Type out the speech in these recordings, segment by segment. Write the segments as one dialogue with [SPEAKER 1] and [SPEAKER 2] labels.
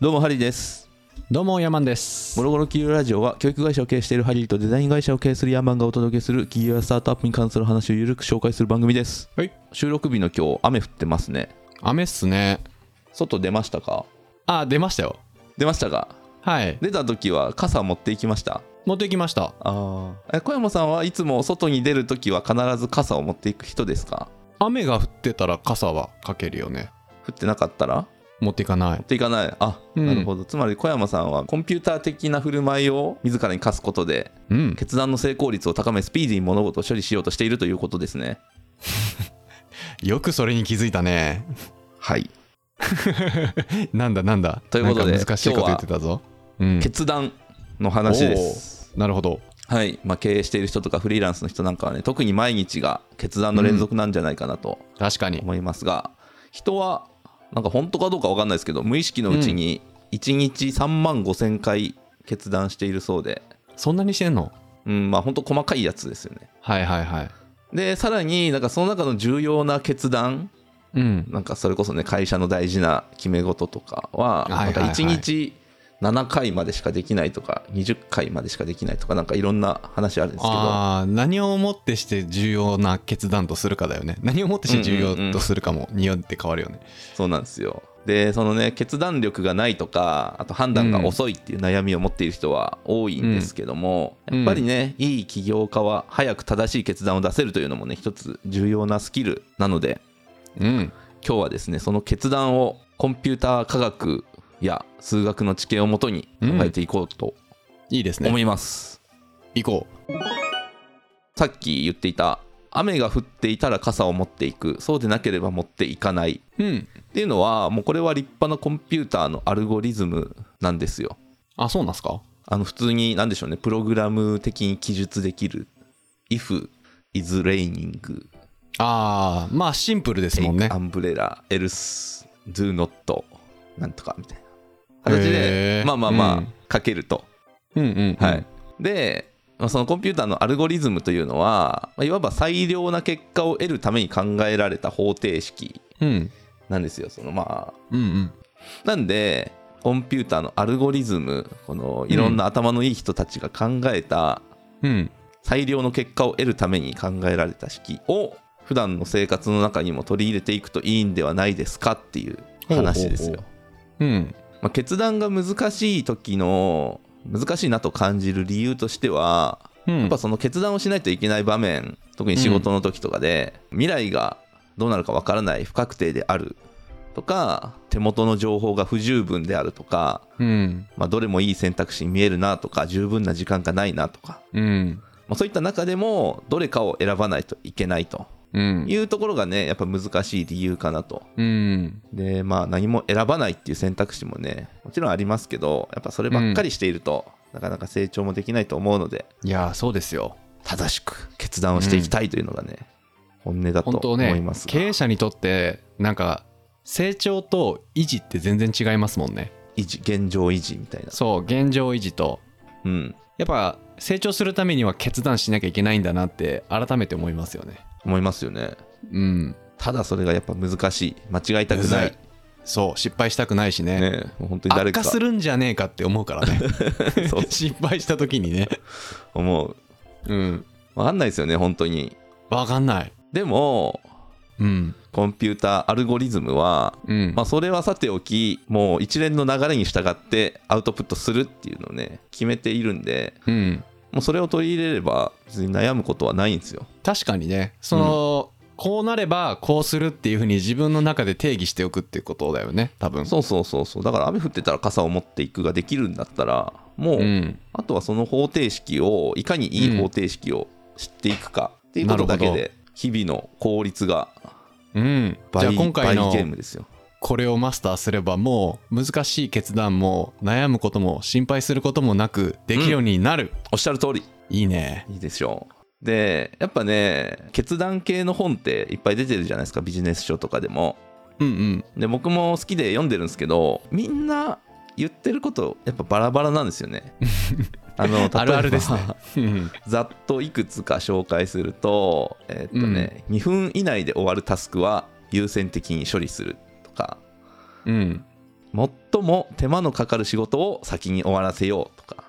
[SPEAKER 1] どうもハリーです
[SPEAKER 2] どうもヤマンです
[SPEAKER 1] ゴロゴロ企業ラジオは教育会社を経営しているハリーとデザイン会社を経営するヤマンがお届けする企業やスタートアップに関する話をゆるく紹介する番組です
[SPEAKER 2] はい
[SPEAKER 1] 収録日の今日雨降ってますね
[SPEAKER 2] 雨っすね
[SPEAKER 1] 外出ましたか
[SPEAKER 2] あ出ましたよ
[SPEAKER 1] 出ましたか
[SPEAKER 2] はい
[SPEAKER 1] 出た時は傘持っていきました
[SPEAKER 2] 持ってきました
[SPEAKER 1] ああ小山さんはいつも外に出る時は必ず傘を持っていく人ですか
[SPEAKER 2] 雨が降ってたら傘はかけるよね
[SPEAKER 1] 降ってなかったら
[SPEAKER 2] 持っていかな
[SPEAKER 1] 持
[SPEAKER 2] い
[SPEAKER 1] っていかないあ、
[SPEAKER 2] うん
[SPEAKER 1] なるほどつまり小山さんはコンピューター的な振る舞いを自らに課すことで
[SPEAKER 2] うん
[SPEAKER 1] 決断の成功率を高めスピーディーに物事を処理しようとしているということですね
[SPEAKER 2] よくそれに気づいたね
[SPEAKER 1] はい
[SPEAKER 2] なんだなんだ
[SPEAKER 1] ということで
[SPEAKER 2] なんか難しいこと言ってたぞうん
[SPEAKER 1] 決断の話です
[SPEAKER 2] なるほど
[SPEAKER 1] はい、まあ、経営している人とかフリーランスの人なんかはね特に毎日が決断の連続なんじゃないかなと
[SPEAKER 2] 確かに
[SPEAKER 1] 思いますが、人はなんか本当かどうか分かんないですけど無意識のうちに1日3万5,000回決断しているそうで、
[SPEAKER 2] そんなにしてんの
[SPEAKER 1] うん、まあ本当細かいやつですよね
[SPEAKER 2] はいはいはい
[SPEAKER 1] でさらになんかその中の重要な決断
[SPEAKER 2] うん
[SPEAKER 1] なんかそれこそね会社の大事な決め事とかは
[SPEAKER 2] はいはいは
[SPEAKER 1] ないんか1日7回までしかできないとか20回までしかできないとかなんかいろんな話あるんですけど
[SPEAKER 2] あー何をもってして重要な決断とするかだよね何をもってして重要とするかもによって変わるよね
[SPEAKER 1] そうなんですよでそのね決断力がないとかあと判断が遅いっていう悩みを持っている人は多いんですけども、
[SPEAKER 2] うん
[SPEAKER 1] やっぱりねいい起業家は早く正しい決断を出せるというのもね一つ重要なスキルなので
[SPEAKER 2] うん
[SPEAKER 1] 今日はですねその決断をコンピューター科学や数学の知見をもとに考えていこうと
[SPEAKER 2] いいですね
[SPEAKER 1] 思います、
[SPEAKER 2] 行こ
[SPEAKER 1] さっき言っていた雨が降っていたら傘を持っていくそうでなければ持っていかないっ
[SPEAKER 2] ううん
[SPEAKER 1] ていうのはもうこれは立派なコンピューターのアルゴリズムなんですよ
[SPEAKER 2] あそうなんすか
[SPEAKER 1] あの普通に何でしょうねプログラム的に記述できる if is raining
[SPEAKER 2] ああまあシンプルですもん
[SPEAKER 1] take
[SPEAKER 2] ね
[SPEAKER 1] umbrella else do not なんとかみたいな形で
[SPEAKER 2] へー
[SPEAKER 1] まあまあまあ、
[SPEAKER 2] うん
[SPEAKER 1] かけると
[SPEAKER 2] うんうんうん
[SPEAKER 1] はい、でまあそのコンピューターのアルゴリズムというのは、まあいわば最良な結果を得るために考えられた方程式
[SPEAKER 2] うん
[SPEAKER 1] なんですよそのまあ
[SPEAKER 2] うんうん
[SPEAKER 1] なんでコンピューターのアルゴリズムこのいろんな頭のいい人たちが考えた
[SPEAKER 2] うん
[SPEAKER 1] 最良の結果を得るために考えられた式を普段の生活の中にも取り入れていくといいんではないですかっていう話です
[SPEAKER 2] ほう
[SPEAKER 1] よ
[SPEAKER 2] ほ。うん
[SPEAKER 1] まあ、決断が難しい時の難しいなと感じる理由としては
[SPEAKER 2] うん
[SPEAKER 1] やっぱその決断をしないといけない場面特に仕事の時とかで、未来がどうなるかわからない不確定であるとか手元の情報が不十分であるとか、
[SPEAKER 2] うん
[SPEAKER 1] まあ、どれもいい選択肢に見えるなとか十分な時間がないなとか、
[SPEAKER 2] うん
[SPEAKER 1] まあ、そういった中でもどれかを選ばないといけないと
[SPEAKER 2] うん
[SPEAKER 1] いうところがねやっぱ難しい理由かなと。
[SPEAKER 2] うん
[SPEAKER 1] でまあ何も選ばないっていう選択肢もねもちろんありますけどやっぱそればっかりしていると、なかなか成長もできないと思うので
[SPEAKER 2] いやーそうですよ
[SPEAKER 1] 正しく決断をしていきたいというのがね、本音だと
[SPEAKER 2] 本当
[SPEAKER 1] 思い
[SPEAKER 2] ね
[SPEAKER 1] ますが、
[SPEAKER 2] 経営者にとってなんか成長と維持って全然違いますもんね
[SPEAKER 1] 維持現状維持みたいな
[SPEAKER 2] そう現状維持と
[SPEAKER 1] うん
[SPEAKER 2] やっぱ成長するためには決断しなきゃいけないんだなって改めて思いますよね
[SPEAKER 1] 思いますよね
[SPEAKER 2] うん
[SPEAKER 1] ただそれがやっぱ難しい間違いたくない
[SPEAKER 2] そう失敗したくないしね
[SPEAKER 1] ねもう本当に誰
[SPEAKER 2] 悪
[SPEAKER 1] か
[SPEAKER 2] 化するんじゃねえかって思うからね
[SPEAKER 1] そう
[SPEAKER 2] 失敗した時にね
[SPEAKER 1] 思う
[SPEAKER 2] うん
[SPEAKER 1] 分かんないですよね本当に
[SPEAKER 2] わかんない
[SPEAKER 1] でも
[SPEAKER 2] うん
[SPEAKER 1] コンピューターアルゴリズムは
[SPEAKER 2] うん
[SPEAKER 1] まあ、それはさておきもう一連の流れに従ってアウトプットするっていうのをね決めているんで
[SPEAKER 2] うん
[SPEAKER 1] もうそれを取り入れれば別に悩むことはないんですよ
[SPEAKER 2] 確かにねその、こうなればこうするっていうふうに自分の中で定義しておくっていうことだよね多分
[SPEAKER 1] そうそうそうそうだから雨降ってたら傘を持っていくができるんだったらもう、
[SPEAKER 2] うん
[SPEAKER 1] あとはその方程式をいかにいい方程式を知っていくかっていうことだけ
[SPEAKER 2] なる
[SPEAKER 1] で日々の効率が
[SPEAKER 2] うんじゃあ
[SPEAKER 1] 倍
[SPEAKER 2] 今回
[SPEAKER 1] 倍
[SPEAKER 2] の
[SPEAKER 1] ゲームですよ
[SPEAKER 2] これをマスターすればもう難しい決断も悩むことも心配することもなくできるようになる、
[SPEAKER 1] おっしゃる通り
[SPEAKER 2] いいね
[SPEAKER 1] いいでしょうでやっぱね決断系の本っていっぱい出てるじゃないですかビジネス書とかでも
[SPEAKER 2] うんうん
[SPEAKER 1] で僕も好きで読んでるんですけどみんな言ってることやっぱバラバラなんですよ ね。あの例えば
[SPEAKER 2] あるあるですね うん
[SPEAKER 1] ざっといくつか紹介すると,、えーっとね2分以内で終わるタスクは優先的に処理するとか
[SPEAKER 2] うん
[SPEAKER 1] 最も手間のかかる仕事を先に終わらせようとか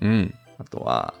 [SPEAKER 2] うん
[SPEAKER 1] あとは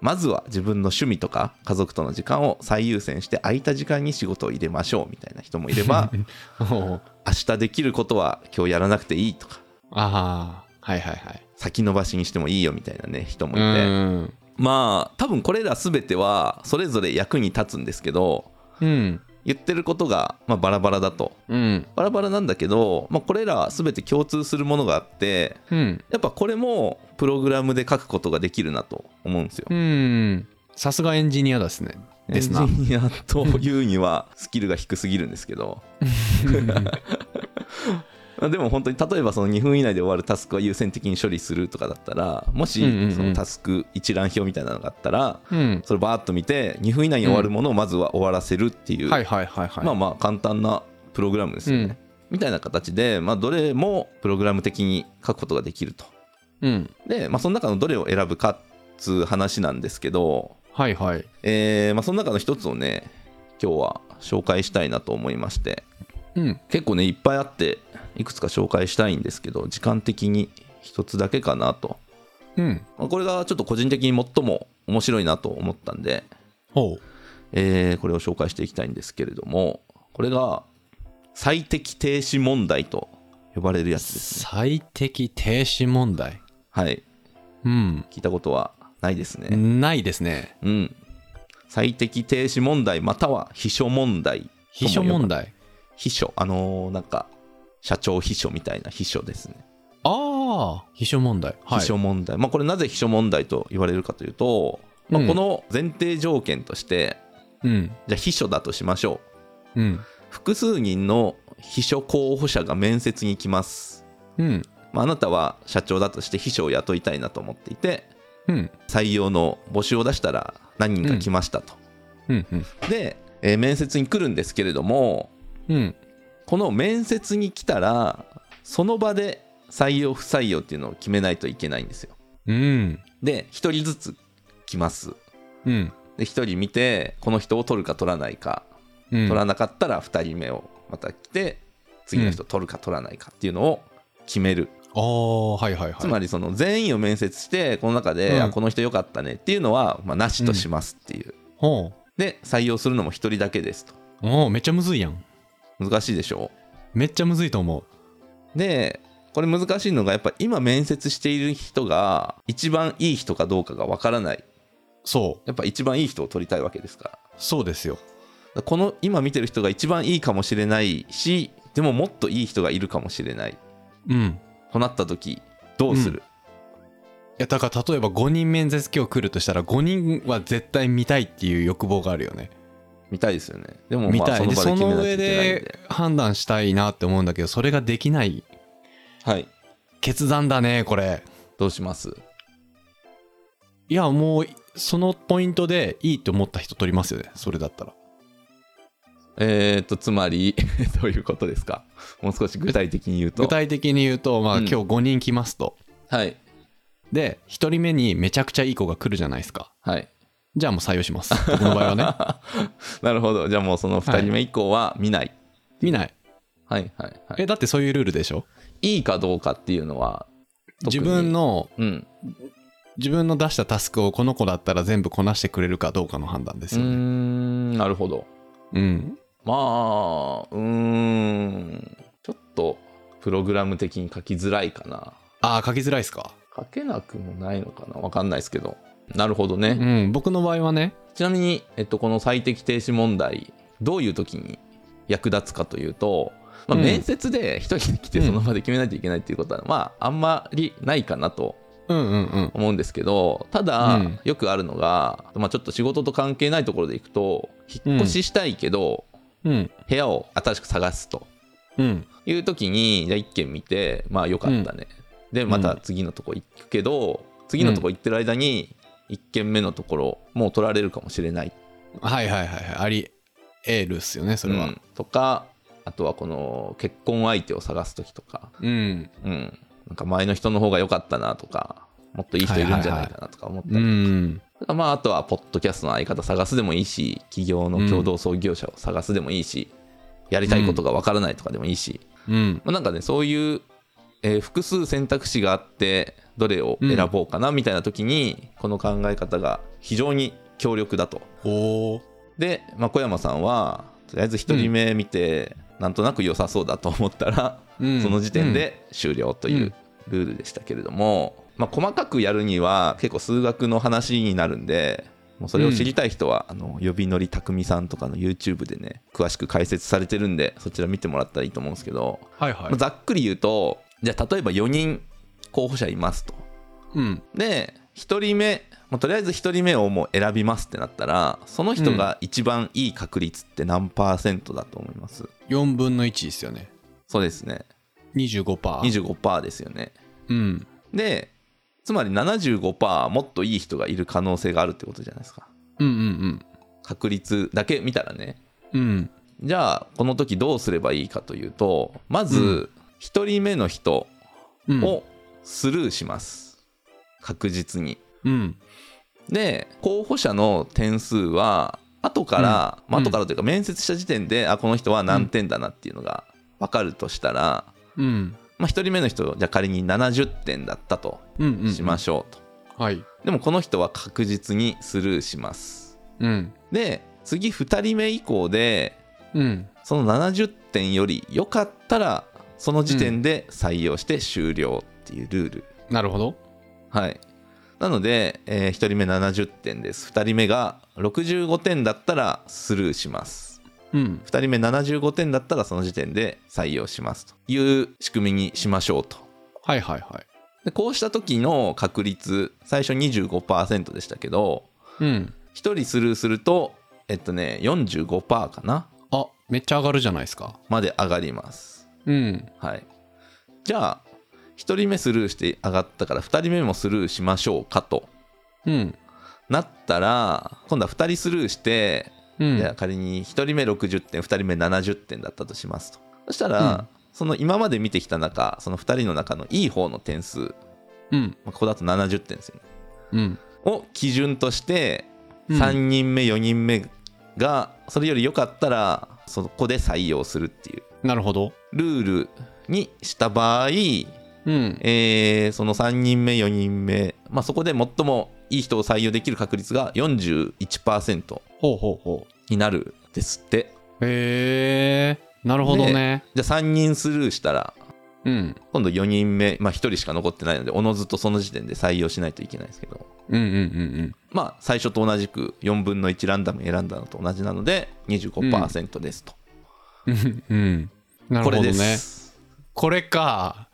[SPEAKER 1] まずは自分の趣味とか家族との時間を最優先して空いた時間に仕事を入れましょうみたいな人もいれ ば
[SPEAKER 2] おう
[SPEAKER 1] 明日できることは今日やらなくていいとか
[SPEAKER 2] ああはいはいはい
[SPEAKER 1] 先延ばしにしてもいいよみたいなね人も
[SPEAKER 2] う
[SPEAKER 1] いて
[SPEAKER 2] ん
[SPEAKER 1] まあ多分これら全てはそれぞれ役に立つんですけど
[SPEAKER 2] うん
[SPEAKER 1] 言ってることがまあバラバラだと
[SPEAKER 2] うん
[SPEAKER 1] バラバラなんだけど、まあ、これら全て共通するものがあって
[SPEAKER 2] うん
[SPEAKER 1] やっぱこれもプログラムで書くことができるなと思うんですよ。
[SPEAKER 2] うんさすがエンジニアですねですな
[SPEAKER 1] エンジニアというにはスキルが低すぎるんですけどでも本当に例えばその2分以内で終わるタスクは優先的に処理するとかだったらもし
[SPEAKER 2] うんうんうん
[SPEAKER 1] そのタスク一覧表みたいなのがあったら
[SPEAKER 2] うん
[SPEAKER 1] それバーッと見て2分以内に終わるものをまずは終わらせるっていう
[SPEAKER 2] はいはいはいはい
[SPEAKER 1] まあまあ簡単なプログラムですよね。みたいな形で、まあ、どれもプログラム的に書くことができると。
[SPEAKER 2] うん
[SPEAKER 1] で、まあ、その中のどれを選ぶかっつう話なんですけど、
[SPEAKER 2] はいはい
[SPEAKER 1] えーまあ、その中の一つをね、今日は紹介したいなと思いまして、
[SPEAKER 2] うん
[SPEAKER 1] 結構ね、いっぱいあって、いくつか紹介したいんですけど、時間的に一つだけかなと。
[SPEAKER 2] うん
[SPEAKER 1] まあこれがちょっと個人的に最も面白いなと思ったんで、
[SPEAKER 2] ほう
[SPEAKER 1] えーこれを紹介していきたいんですけれどもこれが最適停止問題と呼ばれるやつです、ね、
[SPEAKER 2] 最適停止問題
[SPEAKER 1] はい
[SPEAKER 2] うん
[SPEAKER 1] 聞いたことはないですね
[SPEAKER 2] ないですね
[SPEAKER 1] うん最適停止問題または秘書問題
[SPEAKER 2] 秘書問題
[SPEAKER 1] 秘書あのーなんか社長秘書みたいな秘書ですね、
[SPEAKER 2] ああ秘書問題はい
[SPEAKER 1] 秘書問題まあこれなぜ秘書問題と言われるかというと、まあ
[SPEAKER 2] うん
[SPEAKER 1] この前提条件として
[SPEAKER 2] うん
[SPEAKER 1] じゃあ秘書だとしましょう
[SPEAKER 2] うん
[SPEAKER 1] 複数人の秘書候補者が面接に来ます
[SPEAKER 2] うん
[SPEAKER 1] まあ、あなたは社長だとして秘書を雇いたいなと思っていて
[SPEAKER 2] うん
[SPEAKER 1] 採用の募集を出したら何人か来ましたと、
[SPEAKER 2] うんうん
[SPEAKER 1] で、えー面接に来るんですけれども
[SPEAKER 2] うん
[SPEAKER 1] この面接に来たらその場で採用不採用っていうのを決めないといけないんですよ
[SPEAKER 2] うん
[SPEAKER 1] で1人ずつ来ます
[SPEAKER 2] うん
[SPEAKER 1] で1人見てこの人を取るか取らないか
[SPEAKER 2] うん
[SPEAKER 1] 取らなかったら2人目をまた来て次の人取るか取らないかっていうのを決める、
[SPEAKER 2] ああはいはいはい
[SPEAKER 1] つまりその全員を面接してこの中で、
[SPEAKER 2] うん
[SPEAKER 1] あこの人良かったねっていうのは、まあ、なしとしますっていう、
[SPEAKER 2] ほ
[SPEAKER 1] で採用するのも1人だけですと
[SPEAKER 2] うおーめっちゃむずいやん
[SPEAKER 1] 難しいでしょ
[SPEAKER 2] めっちゃむずいと思
[SPEAKER 1] うでこれ難しいのがやっぱ今面接している人が一番いい人かどうかがわからないう
[SPEAKER 2] そう
[SPEAKER 1] やっぱ一番いい人を取りたいわけですからだか
[SPEAKER 2] そうですよ
[SPEAKER 1] らこの今見てる人が一番いいかもしれないしでももっといい人がいるかもしれない
[SPEAKER 2] うん
[SPEAKER 1] となった時どうする、
[SPEAKER 2] いやだから例えば5人面接今日来るとしたら5人は絶対見たいっていう欲望があるよね
[SPEAKER 1] 見たいですよねでも
[SPEAKER 2] 見
[SPEAKER 1] まあ
[SPEAKER 2] た
[SPEAKER 1] そ
[SPEAKER 2] い
[SPEAKER 1] の
[SPEAKER 2] で
[SPEAKER 1] 場
[SPEAKER 2] そ
[SPEAKER 1] で決めな
[SPEAKER 2] の
[SPEAKER 1] きゃ
[SPEAKER 2] 上
[SPEAKER 1] いけないんで
[SPEAKER 2] で判断したいなって思うんだけどそれができない
[SPEAKER 1] はい
[SPEAKER 2] 決断だねこれ
[SPEAKER 1] どうします
[SPEAKER 2] いやもうそのポイントでいいと思った人取りますよねそれだったら
[SPEAKER 1] えー、とつまり どういうことですかもう少し具体的に言うと
[SPEAKER 2] 具体的に言うとまあ
[SPEAKER 1] うん
[SPEAKER 2] 今日5人来ますと、
[SPEAKER 1] はい
[SPEAKER 2] で1人目にめちゃくちゃいい子が来るじゃないですか
[SPEAKER 1] はい
[SPEAKER 2] じゃあもう採用します僕の場合 はね
[SPEAKER 1] なるほどじゃあもうその2人目以降は見ない、
[SPEAKER 2] 見ない
[SPEAKER 1] はい、はいはい
[SPEAKER 2] えだってそういうルールでしょ
[SPEAKER 1] いいかどうかっていうのは特
[SPEAKER 2] 自
[SPEAKER 1] に
[SPEAKER 2] 分の
[SPEAKER 1] うん
[SPEAKER 2] 自分の出したタスクをこの子だったら全部こなしてくれるかどうかの判断で
[SPEAKER 1] う
[SPEAKER 2] す
[SPEAKER 1] ー
[SPEAKER 2] よね
[SPEAKER 1] んなるほど
[SPEAKER 2] うん
[SPEAKER 1] まあうーんちょっとプログラム的に書きづらいかな
[SPEAKER 2] ああ書きづらいですか
[SPEAKER 1] 書けなくもないのかなわかんないですけどなるほどね、
[SPEAKER 2] うん僕の場合はね
[SPEAKER 1] ちなみに、えっと、この最適停止問題どういう時に役立つかというと、まあ、
[SPEAKER 2] うん
[SPEAKER 1] 面接で一人で来て
[SPEAKER 2] うん
[SPEAKER 1] その場で決めないといけないっていうことは、まああんまりないかなと
[SPEAKER 2] うんうんうん
[SPEAKER 1] 思うんですけどただ、
[SPEAKER 2] うん
[SPEAKER 1] よくあるのが、まあ、ちょっと仕事と関係ないところでいくと引っ越ししたいけど、
[SPEAKER 2] うん
[SPEAKER 1] 部屋を新しく探すと
[SPEAKER 2] うん
[SPEAKER 1] いう時にじゃあ1軒見てまあよかったね、でまた次のとこ行くけど次のとこ行ってる間に1軒目のところもう取られるかもしれない
[SPEAKER 2] はいはいはいはいありえるっすよねそれは
[SPEAKER 1] うんとかあとはこの結婚相手を探す時とか,、
[SPEAKER 2] うん
[SPEAKER 1] うん、なんか前の人の方が良かったなとかもっといい人いるんじゃないかなとか思ったり、
[SPEAKER 2] うん
[SPEAKER 1] とかまあ、あとはポッドキャストの相方探すでもいいし企業の共同創業者を探すでもいいし、やりたいことがわからないとかでもいいし、
[SPEAKER 2] うん
[SPEAKER 1] まあ、なんかねそういうえー複数選択肢があってどれを選ぼうかなみたいな時に、この考え方が非常に強力だと
[SPEAKER 2] おー
[SPEAKER 1] で、まあ、小山さんはとりあえず1人目見て、なんとなく良さそうだと思ったら、
[SPEAKER 2] うん
[SPEAKER 1] その時点で終了というルールでしたけれども、まあ、細かくやるには結構数学の話になるんでもうそれを知りたい人は、あの呼び乗りたくみさんとかの YouTube でね詳しく解説されてるんでそちら見てもらったらいいと思うんですけど、
[SPEAKER 2] はいはい
[SPEAKER 1] まあざっくり言うとじゃあ例えば4人候補者いますと
[SPEAKER 2] うん
[SPEAKER 1] で1人目もうとりあえず1人目をもう選びますってなったらその人が一番いい確率って何パーセントだと思います、
[SPEAKER 2] 4分の1ですよね
[SPEAKER 1] そうですね
[SPEAKER 2] 25%パー
[SPEAKER 1] 25%ですよね
[SPEAKER 2] うん
[SPEAKER 1] でつまり75%もっといい人がいる可能性があるってことじゃないですか
[SPEAKER 2] うんうん
[SPEAKER 1] 確率だけ見たらね
[SPEAKER 2] うんうん
[SPEAKER 1] じゃあこの時どうすればいいかというとま
[SPEAKER 2] うん
[SPEAKER 1] ず1人目の人
[SPEAKER 2] うん
[SPEAKER 1] をスルーします、確実に
[SPEAKER 2] うん
[SPEAKER 1] で候補者の点数は後から、
[SPEAKER 2] うん
[SPEAKER 1] まあ、
[SPEAKER 2] うん
[SPEAKER 1] 後からというか面接した時点で、あこの人は何点だなっていうのが分かるとしたら、
[SPEAKER 2] うん
[SPEAKER 1] まあ、1人目の人じゃあ仮に70点だったと
[SPEAKER 2] うんうん
[SPEAKER 1] しましょうと、
[SPEAKER 2] はい
[SPEAKER 1] でもこの人は確実にスルーします
[SPEAKER 2] うん
[SPEAKER 1] で次2人目以降で
[SPEAKER 2] うん
[SPEAKER 1] その70点より良かったらその時点で採用して終了っていうルール、
[SPEAKER 2] なるほど
[SPEAKER 1] はい。なので、え1人目70点です。2人目が65点だったらスルーします。
[SPEAKER 2] うん
[SPEAKER 1] 2人目75点だったらその時点で採用しますという仕組みにしましょうと。
[SPEAKER 2] はいはいはい
[SPEAKER 1] でこうした時の確率、最初25%でしたけど、
[SPEAKER 2] うん
[SPEAKER 1] 1人スルーすると、えっとね、45%かな
[SPEAKER 2] あめっちゃ上がるじゃないですか
[SPEAKER 1] まで上がります。
[SPEAKER 2] うん
[SPEAKER 1] はい。じゃあ、1人目スルーして上がったから2人目もスルーしましょうかと。
[SPEAKER 2] うん
[SPEAKER 1] なったら今度は2人スルーして、
[SPEAKER 2] うん
[SPEAKER 1] じゃあ仮に1人目60点2人目70点だったとしますとそしたら、その今まで見てきた中その2人の中のいい方の点数、ま
[SPEAKER 2] うん
[SPEAKER 1] あここだと70点ですよね
[SPEAKER 2] うん
[SPEAKER 1] を基準として
[SPEAKER 2] うん
[SPEAKER 1] 3人目4人目がそれより良かったらそこで採用するっていう
[SPEAKER 2] なるほど
[SPEAKER 1] ルールにした場合、
[SPEAKER 2] うん
[SPEAKER 1] えーその3人目4人目、まあ、そこで最もいい人を採用できる確率が41%
[SPEAKER 2] ほうほうほ
[SPEAKER 1] になるんですって
[SPEAKER 2] うへえなるほどね
[SPEAKER 1] じゃあ3人スルーしたら
[SPEAKER 2] うん
[SPEAKER 1] 今度4人目、まあ、1人しか残ってないのでおのずとその時点で採用しないといけないですけど
[SPEAKER 2] うんうんうん
[SPEAKER 1] まあ最初と同じく4分の1ランダムに選んだのと同じなので25%ですと、
[SPEAKER 2] うんうんなる
[SPEAKER 1] こ
[SPEAKER 2] ほ
[SPEAKER 1] れ
[SPEAKER 2] ど
[SPEAKER 1] で
[SPEAKER 2] ね
[SPEAKER 1] す
[SPEAKER 2] これか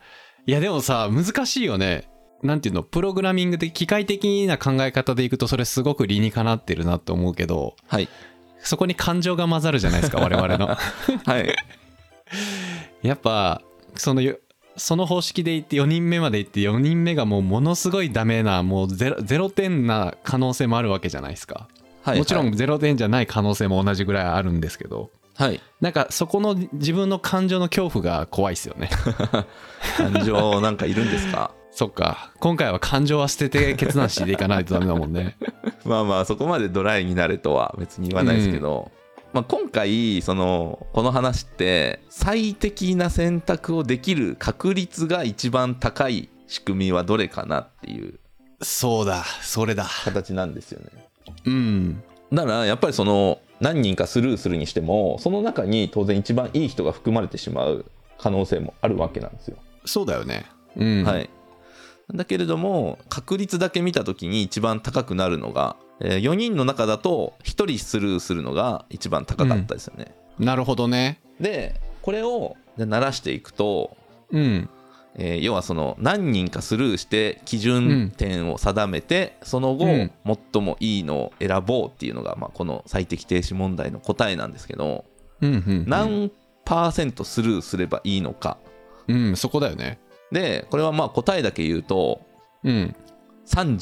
[SPEAKER 2] いやでもさ難しいよねなんていうのプログラミング的機械的な考え方でいくとそれすごく理にかなってるなと思うけど
[SPEAKER 1] はい
[SPEAKER 2] そこに感情が混ざるじゃないですか我々の
[SPEAKER 1] はい
[SPEAKER 2] やっぱそのよその方式でいって4人目までいって4人目がもうものすごいダメなもうゼロゼロ点な可能性もあるわけじゃないですか、
[SPEAKER 1] はい
[SPEAKER 2] もちろ
[SPEAKER 1] は
[SPEAKER 2] ん
[SPEAKER 1] い
[SPEAKER 2] ゼロ点じゃない可能性も同じぐらいあるんですけど
[SPEAKER 1] はい
[SPEAKER 2] なんかそこの自分の感情の恐怖が怖いですよね
[SPEAKER 1] 感情なんかいるんですか
[SPEAKER 2] そっか今回は感情は捨てて決断していかないとダメだもんね
[SPEAKER 1] まあまあそこまでドライになれとは別に言わないですけど、まあ、今回そのこの話って最適な選択をできる確率が一番高い仕組みはどれかなっていう
[SPEAKER 2] そうだそれだ
[SPEAKER 1] 形なんですよね
[SPEAKER 2] うん
[SPEAKER 1] だからやっぱりその何人かスルーするにしてもその中に当然一番いい人が含まれてしまう可能性もあるわけなんですよ、
[SPEAKER 2] そうだよねうん
[SPEAKER 1] はいだけれども確率だけ見た時に一番高くなるのが、え4人の中だと1人スルーするのが一番高かったですよね、
[SPEAKER 2] なるほどね
[SPEAKER 1] でこれをで鳴らしていくと、
[SPEAKER 2] うん
[SPEAKER 1] えー要はその何人かスルーして基準点を定めて、その後、
[SPEAKER 2] うん
[SPEAKER 1] 最もいいのを選ぼうっていうのが、まあ、この最適停止問題の答えなんですけど、
[SPEAKER 2] うんうん
[SPEAKER 1] 何パーセントスルーすればいいのか
[SPEAKER 2] うんそこだよね
[SPEAKER 1] でこれはまあ答えだけ言うと
[SPEAKER 2] うん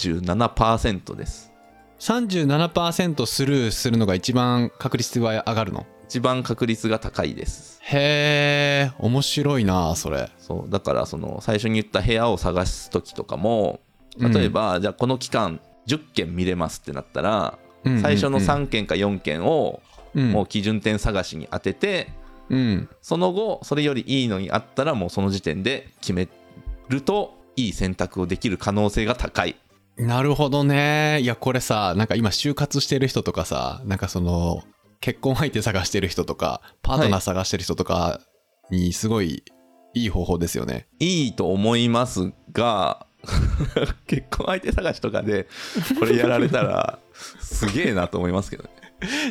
[SPEAKER 1] 37%です
[SPEAKER 2] 37%スルーするのが一番確率は上がるの
[SPEAKER 1] 一番確率が高いです
[SPEAKER 2] へえ面白いなそれ
[SPEAKER 1] そうだからその最初に言った部屋を探す時とかも
[SPEAKER 2] うん
[SPEAKER 1] 例えば、じゃあこの期間10件見れますってなったら、
[SPEAKER 2] うんうんうん
[SPEAKER 1] 最初の3件か4件を
[SPEAKER 2] うん
[SPEAKER 1] もう基準点探しに当てて、
[SPEAKER 2] うん
[SPEAKER 1] その後それよりいいのにあったらもうその時点で決めるといい選択をできる可能性が高い
[SPEAKER 2] なるほどね。いや、これさ、なんか今、就活してる人とかさ、なんかその、結婚相手探してる人とか、パートナー探してる人とかに、すごいいい方法ですよね。
[SPEAKER 1] いいと思いますが 結婚相手探しとかでこれやられたらすげえなと思いますけどね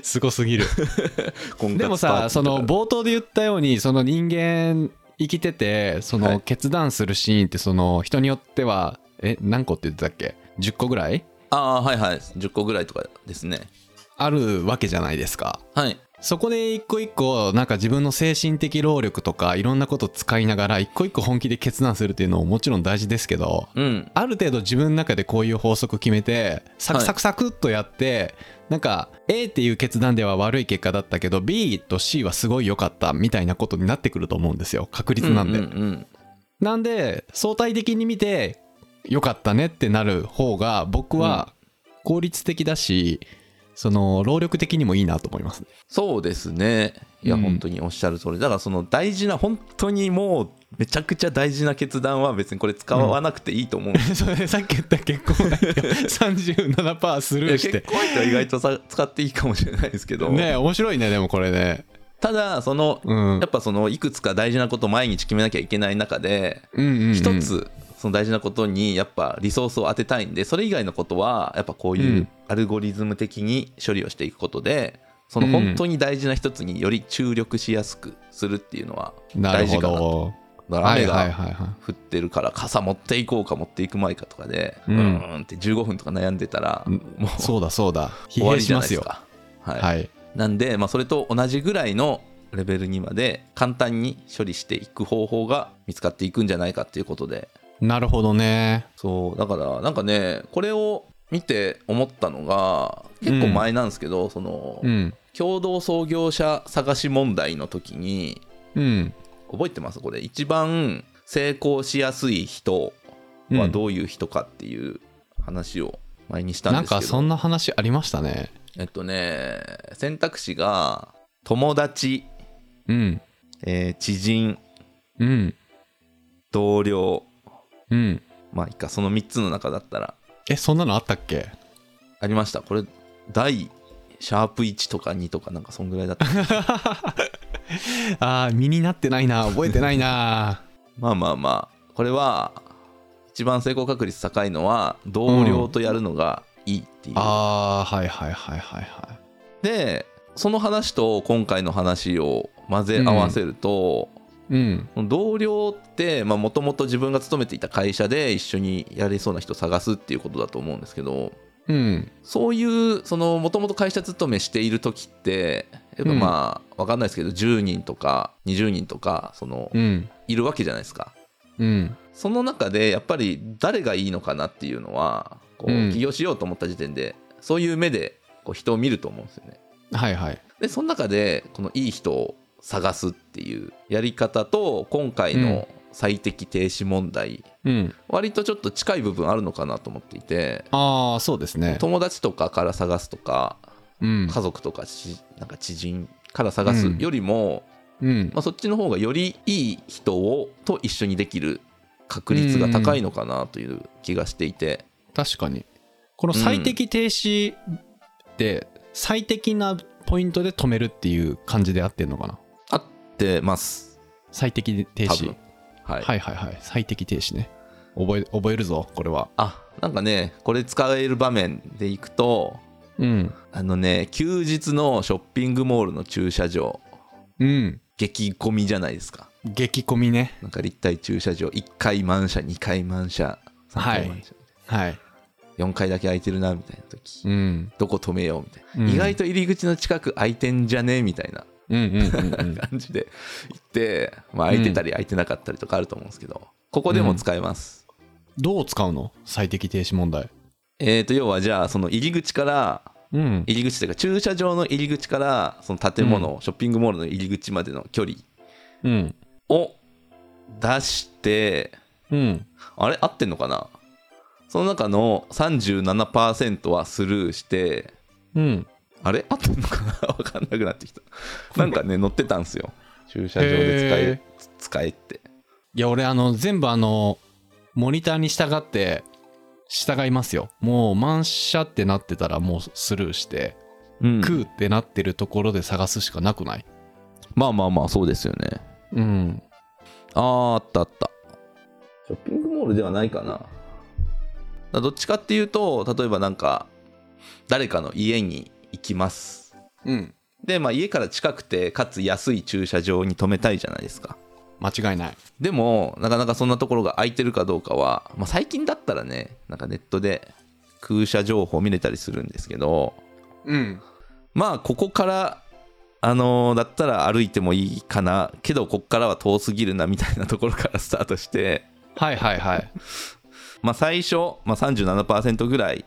[SPEAKER 2] すごすぎる。
[SPEAKER 1] 婚活
[SPEAKER 2] で
[SPEAKER 1] パー
[SPEAKER 2] も
[SPEAKER 1] ティーと
[SPEAKER 2] さ、
[SPEAKER 1] か
[SPEAKER 2] その、冒頭で言ったように、その人間、生きてて、そ
[SPEAKER 1] は
[SPEAKER 2] の、
[SPEAKER 1] い
[SPEAKER 2] 決断するシーンって、その、人によっては、え、何個って言ってたっけ ?10 個ぐらい
[SPEAKER 1] ああはいはい10個ぐらいとかですね
[SPEAKER 2] あるわけじゃないですか。
[SPEAKER 1] はい
[SPEAKER 2] そこで一個一個なんか自分の精神的労力とかいろんなことを使いながら一個一個本気で決断するっていうのももちろん大事ですけど
[SPEAKER 1] うん
[SPEAKER 2] ある程度自分の中でこういう法則決めてサクサクサクっとやってなんか A っていう決断では悪い結果だったけど B と C はすごい良かったみたいなことになってくると思うんですよ確率なん
[SPEAKER 1] うん
[SPEAKER 2] で。
[SPEAKER 1] うん
[SPEAKER 2] なんで相対的に見て良かったねってなる方が僕は効率的だしその労力的にもいいなと思います。
[SPEAKER 1] そうですねいや、
[SPEAKER 2] うん
[SPEAKER 1] 本当におっしゃる通りだからその大事な本当にもうめちゃくちゃ大事な決断は別にこれ使わなくていいと思うんですよ
[SPEAKER 2] それさっき言った結婚 相手を37%ス ルーし
[SPEAKER 1] 結
[SPEAKER 2] て
[SPEAKER 1] 構相手は意外とさ 使っていいかもしれないですけど、
[SPEAKER 2] ねえ面白いねでもこれね
[SPEAKER 1] ただその、
[SPEAKER 2] うん
[SPEAKER 1] やっぱそのいくつか大事なことを毎日決めなきゃいけない中で
[SPEAKER 2] うんうんうん
[SPEAKER 1] 一、つその大事なことにやっぱリソースを当てたいんでそれ以外のことはやっぱこういううんアルゴリズム的に処理をしていくことでその本当に大事な一つにより注力しやすくするっていうのは
[SPEAKER 2] なる
[SPEAKER 1] 大事
[SPEAKER 2] ほ
[SPEAKER 1] かなと。
[SPEAKER 2] ど
[SPEAKER 1] だから
[SPEAKER 2] はい
[SPEAKER 1] 雨
[SPEAKER 2] はい
[SPEAKER 1] が
[SPEAKER 2] はいは
[SPEAKER 1] 降ってるから傘持っていこうか持っていくまいかとかでう
[SPEAKER 2] うん
[SPEAKER 1] ーんって15分とか悩んでたら
[SPEAKER 2] うん
[SPEAKER 1] もう
[SPEAKER 2] いそうだそうだ疲
[SPEAKER 1] 終わ
[SPEAKER 2] 弊
[SPEAKER 1] り
[SPEAKER 2] し
[SPEAKER 1] じゃ
[SPEAKER 2] ま
[SPEAKER 1] ないで
[SPEAKER 2] す
[SPEAKER 1] す
[SPEAKER 2] よ
[SPEAKER 1] か。はい
[SPEAKER 2] はい
[SPEAKER 1] なんで、まあ、それと同じぐらいのレベルにまで簡単に処理していく方法が見つかっていくんじゃないかっていうことで
[SPEAKER 2] なるほどね
[SPEAKER 1] そうだからなんかねこれを見て思ったのが結構前なんですけど、その、
[SPEAKER 2] うん
[SPEAKER 1] 共同創業者探し問題の時に
[SPEAKER 2] うん
[SPEAKER 1] 覚えてますこれ一番成功しやすい人はどういう人かっていう話を前にしたん
[SPEAKER 2] な
[SPEAKER 1] です
[SPEAKER 2] ん
[SPEAKER 1] けど、
[SPEAKER 2] かそんな話ありましたね
[SPEAKER 1] えっとね選択肢が友達、
[SPEAKER 2] うん
[SPEAKER 1] えー知人
[SPEAKER 2] うん
[SPEAKER 1] 同僚
[SPEAKER 2] うん
[SPEAKER 1] まあいいかその3つの中だったら
[SPEAKER 2] えそんなのあったっけ
[SPEAKER 1] ありましたこれ第シャープ1とか2とかなんかそんぐらいだった
[SPEAKER 2] あー身になってないな覚えてないな
[SPEAKER 1] まあまあまあこれは一番成功確率高いのは同僚とやるのがいいっていう、
[SPEAKER 2] あーはいはいはいはいは
[SPEAKER 1] でその話と今回の話を混ぜ合わせると、
[SPEAKER 2] いうん
[SPEAKER 1] 同僚ってもともと自分が勤めていた会社で一緒にやれそうな人探すっていうことだと思うんですけど
[SPEAKER 2] うん
[SPEAKER 1] そういうそのもともと会社勤めしている時ってやっぱまあ、わかんないですけど10人とか20人とかその、
[SPEAKER 2] うん
[SPEAKER 1] いるわけじゃないですか
[SPEAKER 2] うん
[SPEAKER 1] その中でやっぱり誰がいいのかなっていうのはこう
[SPEAKER 2] うん
[SPEAKER 1] 起業しようと思った時点で、そういう目でこう人を見ると思うんですよね
[SPEAKER 2] はいはい
[SPEAKER 1] でその中でこのいい人を探すっていうやり方と今回の最適停止問題、
[SPEAKER 2] うん
[SPEAKER 1] 割とちょっと近い部分あるのかなと思っていて
[SPEAKER 2] ああそうですね
[SPEAKER 1] 友達とかから探すとか
[SPEAKER 2] うん
[SPEAKER 1] 家族とかしなんか知人から探すよりも、
[SPEAKER 2] うん
[SPEAKER 1] まあ、そっちの方がよりいい人をと一緒にできる確率が高いのかなという気がしていて、
[SPEAKER 2] 確かにこの最適停止って最適なポイントで止めるっていう感じで合ってんのかな
[SPEAKER 1] 合ってます
[SPEAKER 2] 最適停
[SPEAKER 1] 多
[SPEAKER 2] 止、
[SPEAKER 1] 分はい、
[SPEAKER 2] はいはいはい最適停止ね覚え覚えるぞこれは
[SPEAKER 1] あなんかねこれ使える場面でいくと
[SPEAKER 2] うん
[SPEAKER 1] あのね休日のショッピングモールの駐車場
[SPEAKER 2] うん
[SPEAKER 1] 激混みじゃないですか
[SPEAKER 2] 激混みね
[SPEAKER 1] なんか立体駐車場1回満車2回満車3回満車、
[SPEAKER 2] はい
[SPEAKER 1] 4回だけ空いてるなみたいな時、
[SPEAKER 2] うん
[SPEAKER 1] どこ止めようみたいな、
[SPEAKER 2] うん
[SPEAKER 1] 意外と入り口の近く空いてんじゃねみたいな
[SPEAKER 2] うんうんうんう ん
[SPEAKER 1] 感じで行って、まあ、空いてたり空いてなかったりとかあると思うんですけど、ここでも使えます、
[SPEAKER 2] どう使うの最適停止問題
[SPEAKER 1] えっ、と要はじゃあその入り口から
[SPEAKER 2] うん
[SPEAKER 1] 入り口というか駐車場の入り口からその建物、ショッピングモールの入り口までの距離
[SPEAKER 2] うん
[SPEAKER 1] を出して
[SPEAKER 2] うん
[SPEAKER 1] あれ合ってんのかなその中の37%はスルーして
[SPEAKER 2] うん
[SPEAKER 1] あれ合ってんのかな わかんなくなってきたなんかね乗ってたんですよ駐車場で使え
[SPEAKER 2] へ
[SPEAKER 1] 使えって
[SPEAKER 2] いや俺あの全部あのモニターに従って従いますよもう満車ってなってたらもうスルーして、
[SPEAKER 1] うん
[SPEAKER 2] 空ってなってるところで探すしかなくない
[SPEAKER 1] まあまあまあそうですよね
[SPEAKER 2] うん
[SPEAKER 1] あーあったあったショッピングモールではないかなだからどっちかっていうと例えばなんか誰かの家に行きます
[SPEAKER 2] うん
[SPEAKER 1] でまあ家から近くてかつ安い駐車場に止めたいじゃないですか
[SPEAKER 2] 間違いない
[SPEAKER 1] でもなかなかそんなところが空いてるかどうかは、まあ、最近だったらねなんかネットで空車情報見れたりするんですけど
[SPEAKER 2] うん
[SPEAKER 1] まあここからあのーだったら歩いてもいいかなけどここからは遠すぎるなみたいなところからスタートして
[SPEAKER 2] はいはいはい
[SPEAKER 1] まあ最初、まあ、37%ぐらい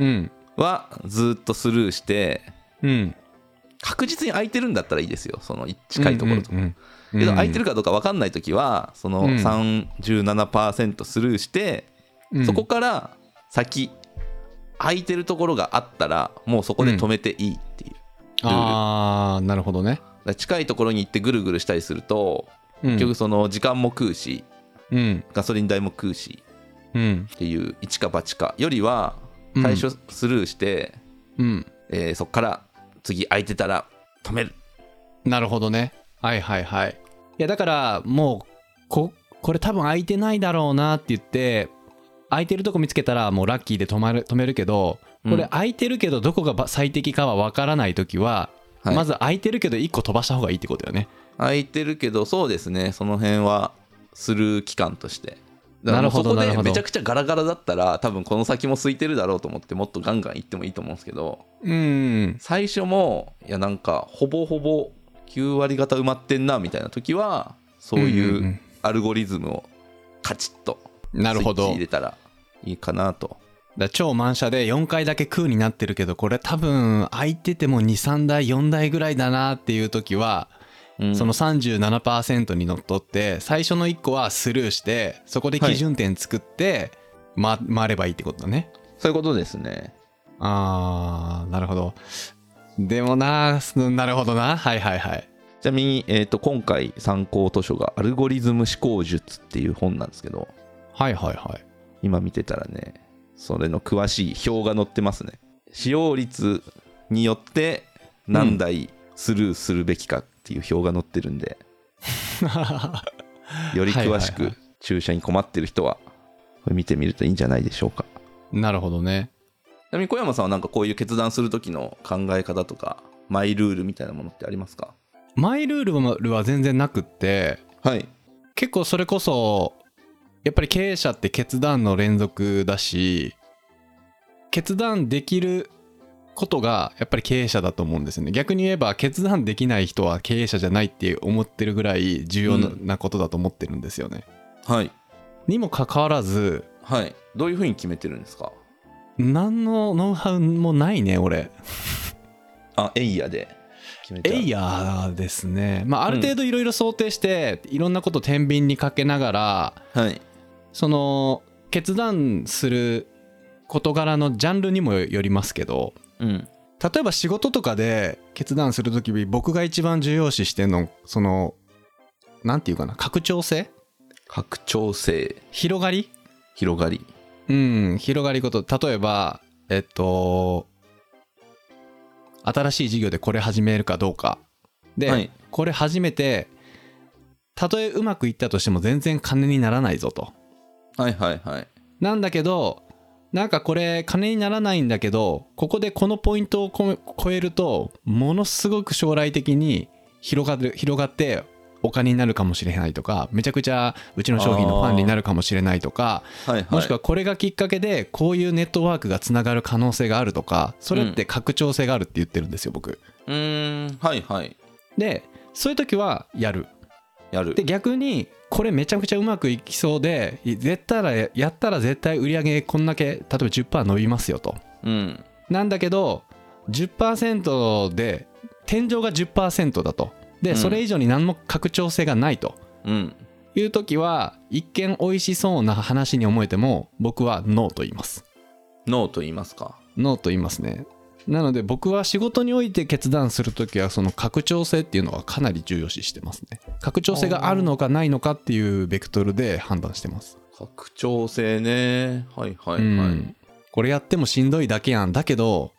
[SPEAKER 2] うん
[SPEAKER 1] はずっとスルーして
[SPEAKER 2] うん
[SPEAKER 1] 確実に空いてるんだったらいいですよその近いところとか、
[SPEAKER 2] うんうん
[SPEAKER 1] けど空いてるかどうか分かんない時はその
[SPEAKER 2] うん
[SPEAKER 1] 37%スルーして、
[SPEAKER 2] うん
[SPEAKER 1] そこから先空いてるところがあったらもうそこで止めていいっていう、ルール
[SPEAKER 2] ああなるほどね
[SPEAKER 1] だから近いところに行ってぐるぐるしたりすると
[SPEAKER 2] うん
[SPEAKER 1] 結局その時間も食うし
[SPEAKER 2] うん
[SPEAKER 1] ガソリン代も食うし
[SPEAKER 2] うん
[SPEAKER 1] っていう一か八かよりは
[SPEAKER 2] うん
[SPEAKER 1] 最初スルーして、
[SPEAKER 2] うん
[SPEAKER 1] えーそっから次空いてたら止める
[SPEAKER 2] なるほどねはいはいはいいやだからもうここれ多分空いてないだろうなって言って空いてるとこ見つけたらもうラッキーで止まる止めるけどこ
[SPEAKER 1] う
[SPEAKER 2] れ
[SPEAKER 1] ん
[SPEAKER 2] 空いてるけどどこがば最適かは分からない時は、
[SPEAKER 1] はい
[SPEAKER 2] まず空いてるけど1個飛ばした方がいいってことよね
[SPEAKER 1] 空いてるけどそうですねその辺はスルー期間としてだから
[SPEAKER 2] なるほど
[SPEAKER 1] そこ
[SPEAKER 2] なる
[SPEAKER 1] で
[SPEAKER 2] ほど
[SPEAKER 1] めちゃくちゃガラガラだったら多分この先も空いてるだろうと思ってもっとガンガン行ってもいいと思うんですけど
[SPEAKER 2] うん
[SPEAKER 1] 最初もいやなんかほぼほぼ9割方埋まってんなみたいな時はそう
[SPEAKER 2] うんうんう
[SPEAKER 1] いうんアルゴリズムをカチッと
[SPEAKER 2] な
[SPEAKER 1] スイ
[SPEAKER 2] るほ
[SPEAKER 1] ッチ
[SPEAKER 2] ど
[SPEAKER 1] 入れたらいいかなと
[SPEAKER 2] だから超満車で4回だけ空になってるけどこれ多分空いてても23台4台ぐらいだなっていう時は、
[SPEAKER 1] うん
[SPEAKER 2] その37%にのっとって最初の1個はスルーしてそこで基準点作って、ま回ればいいってことだね
[SPEAKER 1] そういうことですね
[SPEAKER 2] あーなるほどでもなそのなるほどなはいはいはい
[SPEAKER 1] ちなみに、えー、と今回参考図書が「アルゴリズム思考術」っていう本なんですけど
[SPEAKER 2] はいはいはい
[SPEAKER 1] 今見てたらねそれの詳しい表が載ってますね使用率によって何台スルーするべきかっていう表が載ってるんで、より詳し
[SPEAKER 2] はいはい
[SPEAKER 1] く
[SPEAKER 2] は
[SPEAKER 1] 注射に困ってる人はこれ見てみるといいんじゃないでしょうか
[SPEAKER 2] なるほどね
[SPEAKER 1] ちなみに小山さんはなんかこういう決断する時の考え方とかマイルールみたいなものってありますか
[SPEAKER 2] マイルールは全然なくって
[SPEAKER 1] はい
[SPEAKER 2] 結構それこそやっぱり経営者って決断の連続だし決断できることがやっぱり経営者だと思うんですよね逆に言えば決断できない人は経営者じゃないって思ってるぐらい重要な,、
[SPEAKER 1] う
[SPEAKER 2] ことだと思ってるんですよね
[SPEAKER 1] はい
[SPEAKER 2] にもかかわらず
[SPEAKER 1] はいどういうふうに決めてるんですか
[SPEAKER 2] 何のノウハウもないね俺
[SPEAKER 1] あエイヤで決めちゃう
[SPEAKER 2] エイヤーですねまあある程度いろいろ想定して、いろんなこと天秤にかけながら
[SPEAKER 1] はい
[SPEAKER 2] その決断する事柄のジャンルにもよりますけど
[SPEAKER 1] うん
[SPEAKER 2] 例えば仕事とかで決断する時に僕が一番重要視してんのそのなんていうかな拡張性
[SPEAKER 1] 拡張性
[SPEAKER 2] 広がり
[SPEAKER 1] 広がり
[SPEAKER 2] うん広がりこと例えばえっと新しい事業でこれ始めるかどうかで、
[SPEAKER 1] はい
[SPEAKER 2] これ始めてたとえうまくいったとしても全然金にならないぞと
[SPEAKER 1] はいはいはい
[SPEAKER 2] なんだけどなんかこれ金にならないんだけどここでこのポイントをこ超えるとものすごく将来的に広がる広がってお金になるかもしれないとかめちゃくちゃうちの商品のファンになるかもしれないとか
[SPEAKER 1] はいはい
[SPEAKER 2] もしくはこれがきっかけでこういうネットワークがつながる可能性があるとかそれって拡張性があるって言ってるんですよ僕。
[SPEAKER 1] うーんはいはい
[SPEAKER 2] でそういう時はやる
[SPEAKER 1] やる
[SPEAKER 2] で逆にこれめちゃくちゃうまくいきそうでい絶対らやったら絶対売り上げこんだけ例えば10%伸びますよと
[SPEAKER 1] うん
[SPEAKER 2] なんだけど10%で天井が10%だと
[SPEAKER 1] う
[SPEAKER 2] で
[SPEAKER 1] ん
[SPEAKER 2] それ以上に何も拡張性がないと
[SPEAKER 1] うん
[SPEAKER 2] いう時は一見美味しそうな話に思えても僕はノーと言います
[SPEAKER 1] ノーと言いますか
[SPEAKER 2] ノーと言いますねなので僕は仕事において決断する時はその拡張性っていうのはかなり重要視してますね拡張性があるのかないのかっていうベクトルで判断してます
[SPEAKER 1] 拡張性ね。はいはいはい。
[SPEAKER 2] うんこれやってもしんどいだけやんだけど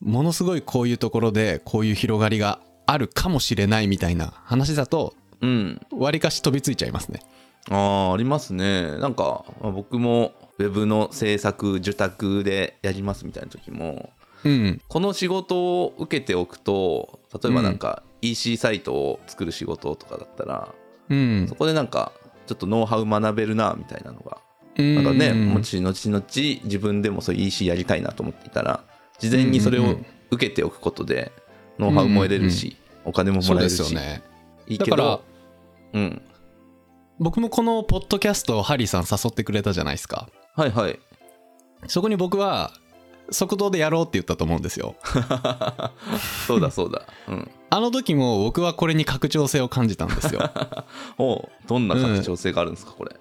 [SPEAKER 2] ものすごいこういうところでこういう広がりがあるかもしれないみたいな話だと
[SPEAKER 1] うん。
[SPEAKER 2] わりかし飛びついちゃいますね
[SPEAKER 1] ああ、ありますね。なんか、まあ僕も、ウェブの制作、受託でやりますみたいな時も、
[SPEAKER 2] うん
[SPEAKER 1] この仕事を受けておくと、例えばなんか、EC サイトを作る仕事とかだったら、
[SPEAKER 2] うん
[SPEAKER 1] そこでなんか、ちょっとノウハウ学べるな、みたいなのがなんかね、
[SPEAKER 2] うん
[SPEAKER 1] もち後々自分でもそういう EC やりたいなと思っていたら、事前にそれ
[SPEAKER 2] うんう
[SPEAKER 1] を
[SPEAKER 2] ん
[SPEAKER 1] 受けておくことで、ノウハウも得れるし、お金も
[SPEAKER 2] そ
[SPEAKER 1] も
[SPEAKER 2] う
[SPEAKER 1] らえ
[SPEAKER 2] で
[SPEAKER 1] る
[SPEAKER 2] すよ
[SPEAKER 1] し、
[SPEAKER 2] ね
[SPEAKER 1] いい
[SPEAKER 2] だ
[SPEAKER 1] け
[SPEAKER 2] から
[SPEAKER 1] ど、うん。
[SPEAKER 2] 僕もこのポッドキャストをハリーさん誘ってくれたじゃないですか
[SPEAKER 1] はいはい。
[SPEAKER 2] そこに僕は即答でやろうって言ったと思うんですよ
[SPEAKER 1] そうだそうだ。うん。
[SPEAKER 2] あの時も僕はこれに拡張性を感じたんです よ
[SPEAKER 1] おうどんな拡張性があるんですか、これ。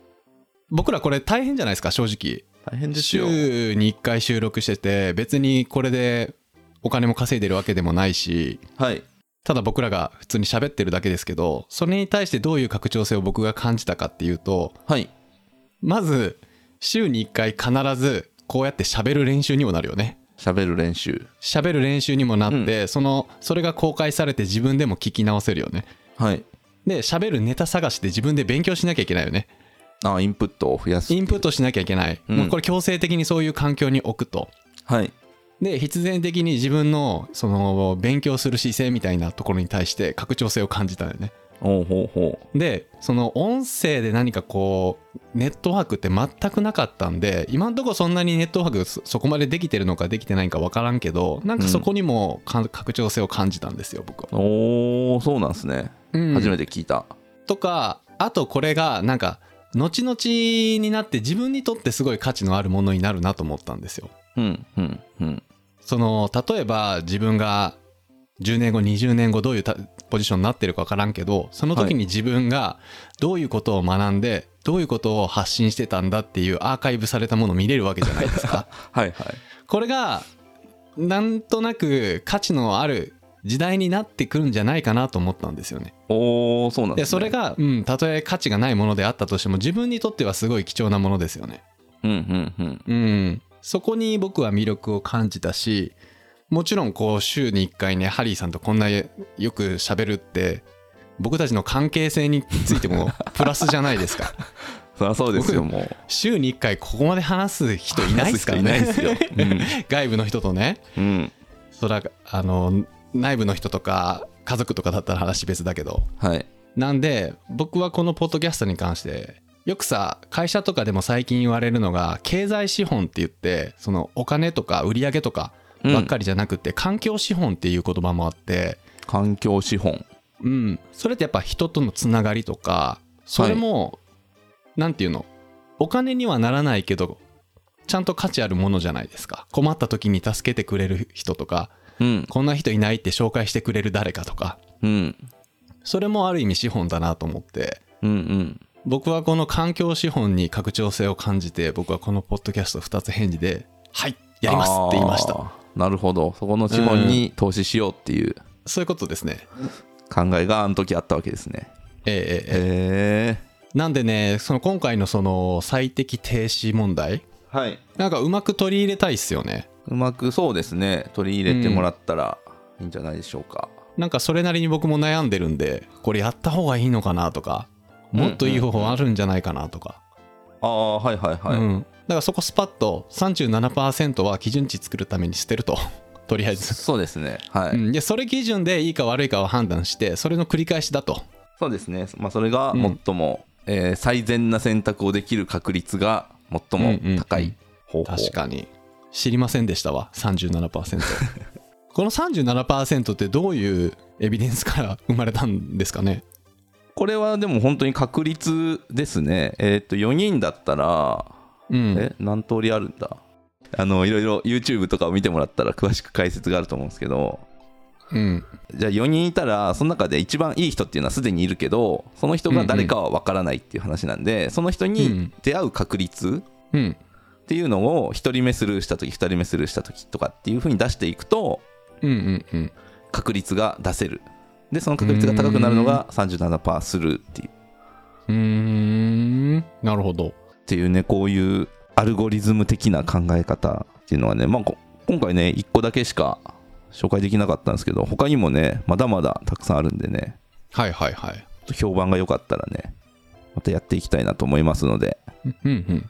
[SPEAKER 2] 僕らこれ大変じゃないですか正直
[SPEAKER 1] 大変ですよ。
[SPEAKER 2] 週に1回収録してて別にこれでお金も稼いでるわけでもないし
[SPEAKER 1] はい。
[SPEAKER 2] ただ僕らが普通に喋ってるだけですけどそれに対してどういう拡張性を僕が感じたかっていうと
[SPEAKER 1] はい。
[SPEAKER 2] まず週に1回必ずこうやって喋る練習にもなるよね
[SPEAKER 1] 喋る練習。
[SPEAKER 2] 喋る練習にもなって、そのそれが公開されて自分でも聞き直せるよね
[SPEAKER 1] はい。
[SPEAKER 2] で喋るネタ探しで自分で勉強しなきゃいけないよね
[SPEAKER 1] あ、インプットを増やす。
[SPEAKER 2] インプットしなきゃいけない、
[SPEAKER 1] うん
[SPEAKER 2] もうこれ強制的にそういう環境に置くと
[SPEAKER 1] はい。
[SPEAKER 2] で必然的に自分のその勉強する姿勢みたいなところに対して拡張性を感じたよね
[SPEAKER 1] おうほうほう。
[SPEAKER 2] でその音声で何かこうネットワークって全くなかったんで今んとこそんなにネットワークそそこまでできてるのかできてないか分からんけどなんかそこにもか拡張性を感じたんですよ僕は、
[SPEAKER 1] おー、そうなんですね。
[SPEAKER 2] うん
[SPEAKER 1] 初めて聞いた。
[SPEAKER 2] とかあとこれがなんか後々になって自分にとってすごい価値のあるものになるなと思ったんですよ
[SPEAKER 1] うん、うん、うん。
[SPEAKER 2] その例えば自分が10年後20年後どういうたポジションになってるか分からんけどその時に自分がどういうことを学んで、どういうことを発信してたんだっていうアーカイブされたもの見れるわけじゃないですか
[SPEAKER 1] はいはい。
[SPEAKER 2] これがなんとなく価値のある時代になってくるんじゃないかなと思ったんですよね
[SPEAKER 1] おー、そうなん
[SPEAKER 2] で
[SPEAKER 1] です、ね。
[SPEAKER 2] それがうんたとえ価値がないものであったとしても自分にとってはすごい貴重なものですよね
[SPEAKER 1] うんうんうん。
[SPEAKER 2] うん、そこに僕は魅力を感じたしもちろんこう週に1回ねハリーさんとこんなよく喋るって僕たちの関係性についても プラスじゃないですか
[SPEAKER 1] そりゃそうですよ、もう。
[SPEAKER 2] 週に1回ここまで話す人いないですから
[SPEAKER 1] いない
[SPEAKER 2] ね
[SPEAKER 1] ですよ。
[SPEAKER 2] 外部の人とね
[SPEAKER 1] うん。うん
[SPEAKER 2] そらあの内部の人とか家族とかだったら話別だけど
[SPEAKER 1] はい。
[SPEAKER 2] なんで僕はこのポッドキャストに関してよくさ会社とかでも最近言われるのが経済資本って言ってそのお金とか売り上げとかばっかりじゃなくて、環境資本っていう言葉もあって、
[SPEAKER 1] 環境資本。
[SPEAKER 2] うん、それってやっぱ人とのつながりとかそれも、なんていうのお金にはならないけどちゃんと価値あるものじゃないですか困った時に助けてくれる人とか
[SPEAKER 1] うん。
[SPEAKER 2] こんな人いないって紹介してくれる誰かとか
[SPEAKER 1] うん。
[SPEAKER 2] それもある意味資本だなと思って
[SPEAKER 1] うんうん。
[SPEAKER 2] 僕はこの環境資本に拡張性を感じて僕はこのポッドキャスト2つ返事で「はいやります」って言いまし
[SPEAKER 1] あ
[SPEAKER 2] た
[SPEAKER 1] ー。なるほど。そこの資本に投資しようっていう
[SPEAKER 2] そういうことですね
[SPEAKER 1] 考えがあの時あったわけですね。
[SPEAKER 2] えええええ
[SPEAKER 1] へ
[SPEAKER 2] えなんでねその今回のその最適停止問題
[SPEAKER 1] え。はい。
[SPEAKER 2] なんかうまく取り入れたいっすよね
[SPEAKER 1] うまくそうですね。取り入れてもらったらいいんじゃないでしょうか。
[SPEAKER 2] なんかそれなりに僕も悩んでるんでこれやった方がいいのかなとか
[SPEAKER 1] うん
[SPEAKER 2] もっといい方法あるんじゃないかなとか、
[SPEAKER 1] ああ、はいはいはい。
[SPEAKER 2] うんだからそこスパッと37%は基準値作るために捨てるととりあえず
[SPEAKER 1] そうですね。はい。
[SPEAKER 2] うん、でそれ基準でいいか悪いかを判断してそれの繰り返しだと
[SPEAKER 1] そうですね。まあ、それが
[SPEAKER 2] うん
[SPEAKER 1] 最も、えー最善な選択をできる確率が最も高い方法。
[SPEAKER 2] 確かに知りませんでしたわ37% この37%ってどういうエビデンスから生まれたんですかね
[SPEAKER 1] これはでも本当に確率ですね。えっ、と、4人だったら、
[SPEAKER 2] うん
[SPEAKER 1] え、何通りあるんだあの、いろいろ YouTube とかを見てもらったら詳しく解説があると思うんですけど、
[SPEAKER 2] うん
[SPEAKER 1] じゃあ4人いたら、その中で一番いい人っていうのはすでにいるけど、その人が誰かは分からないっていう話なんで、その人に出会う確率
[SPEAKER 2] うん
[SPEAKER 1] っていうのを1人目スルーした時、2人目スルーした時とかっていう風に出していくと、
[SPEAKER 2] うんうんうん
[SPEAKER 1] 確率が出せる。で、その確率が高くなるのが37%スルーっていう。
[SPEAKER 2] うーんなるほど
[SPEAKER 1] っていうねこういうアルゴリズム的な考え方っていうのはね、まあ、こ今回ね1個だけしか紹介できなかったんですけど他にもねまだまだたくさんあるんでね
[SPEAKER 2] はいはいはい。
[SPEAKER 1] ちょっと評判が良かったらねまたやっていきたいなと思いますので
[SPEAKER 2] うんうん。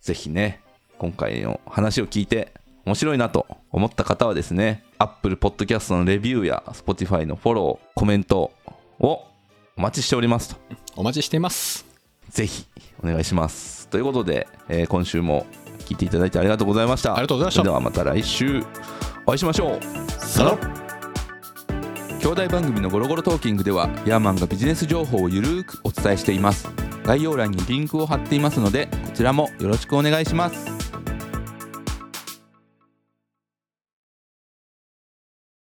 [SPEAKER 1] ぜひね、今回の話を聞いて面白いなと思った方はですね、Apple Podcast のレビューや Spotify のフォロー、コメントをお待ちしておりますと。
[SPEAKER 2] お待ちしています。
[SPEAKER 1] ぜひお願いします。ということで、えー今週も聞いていただいてありがとうございました。
[SPEAKER 2] ありがとうございました
[SPEAKER 1] それではまた来週お会いしましょう。
[SPEAKER 2] さよなら
[SPEAKER 1] 兄弟番組のゴロゴロトーキングではヤーマンがビジネス情報をゆるーくお伝えしています概要欄にリンクを貼っていますのでこちらもよろしくお願いします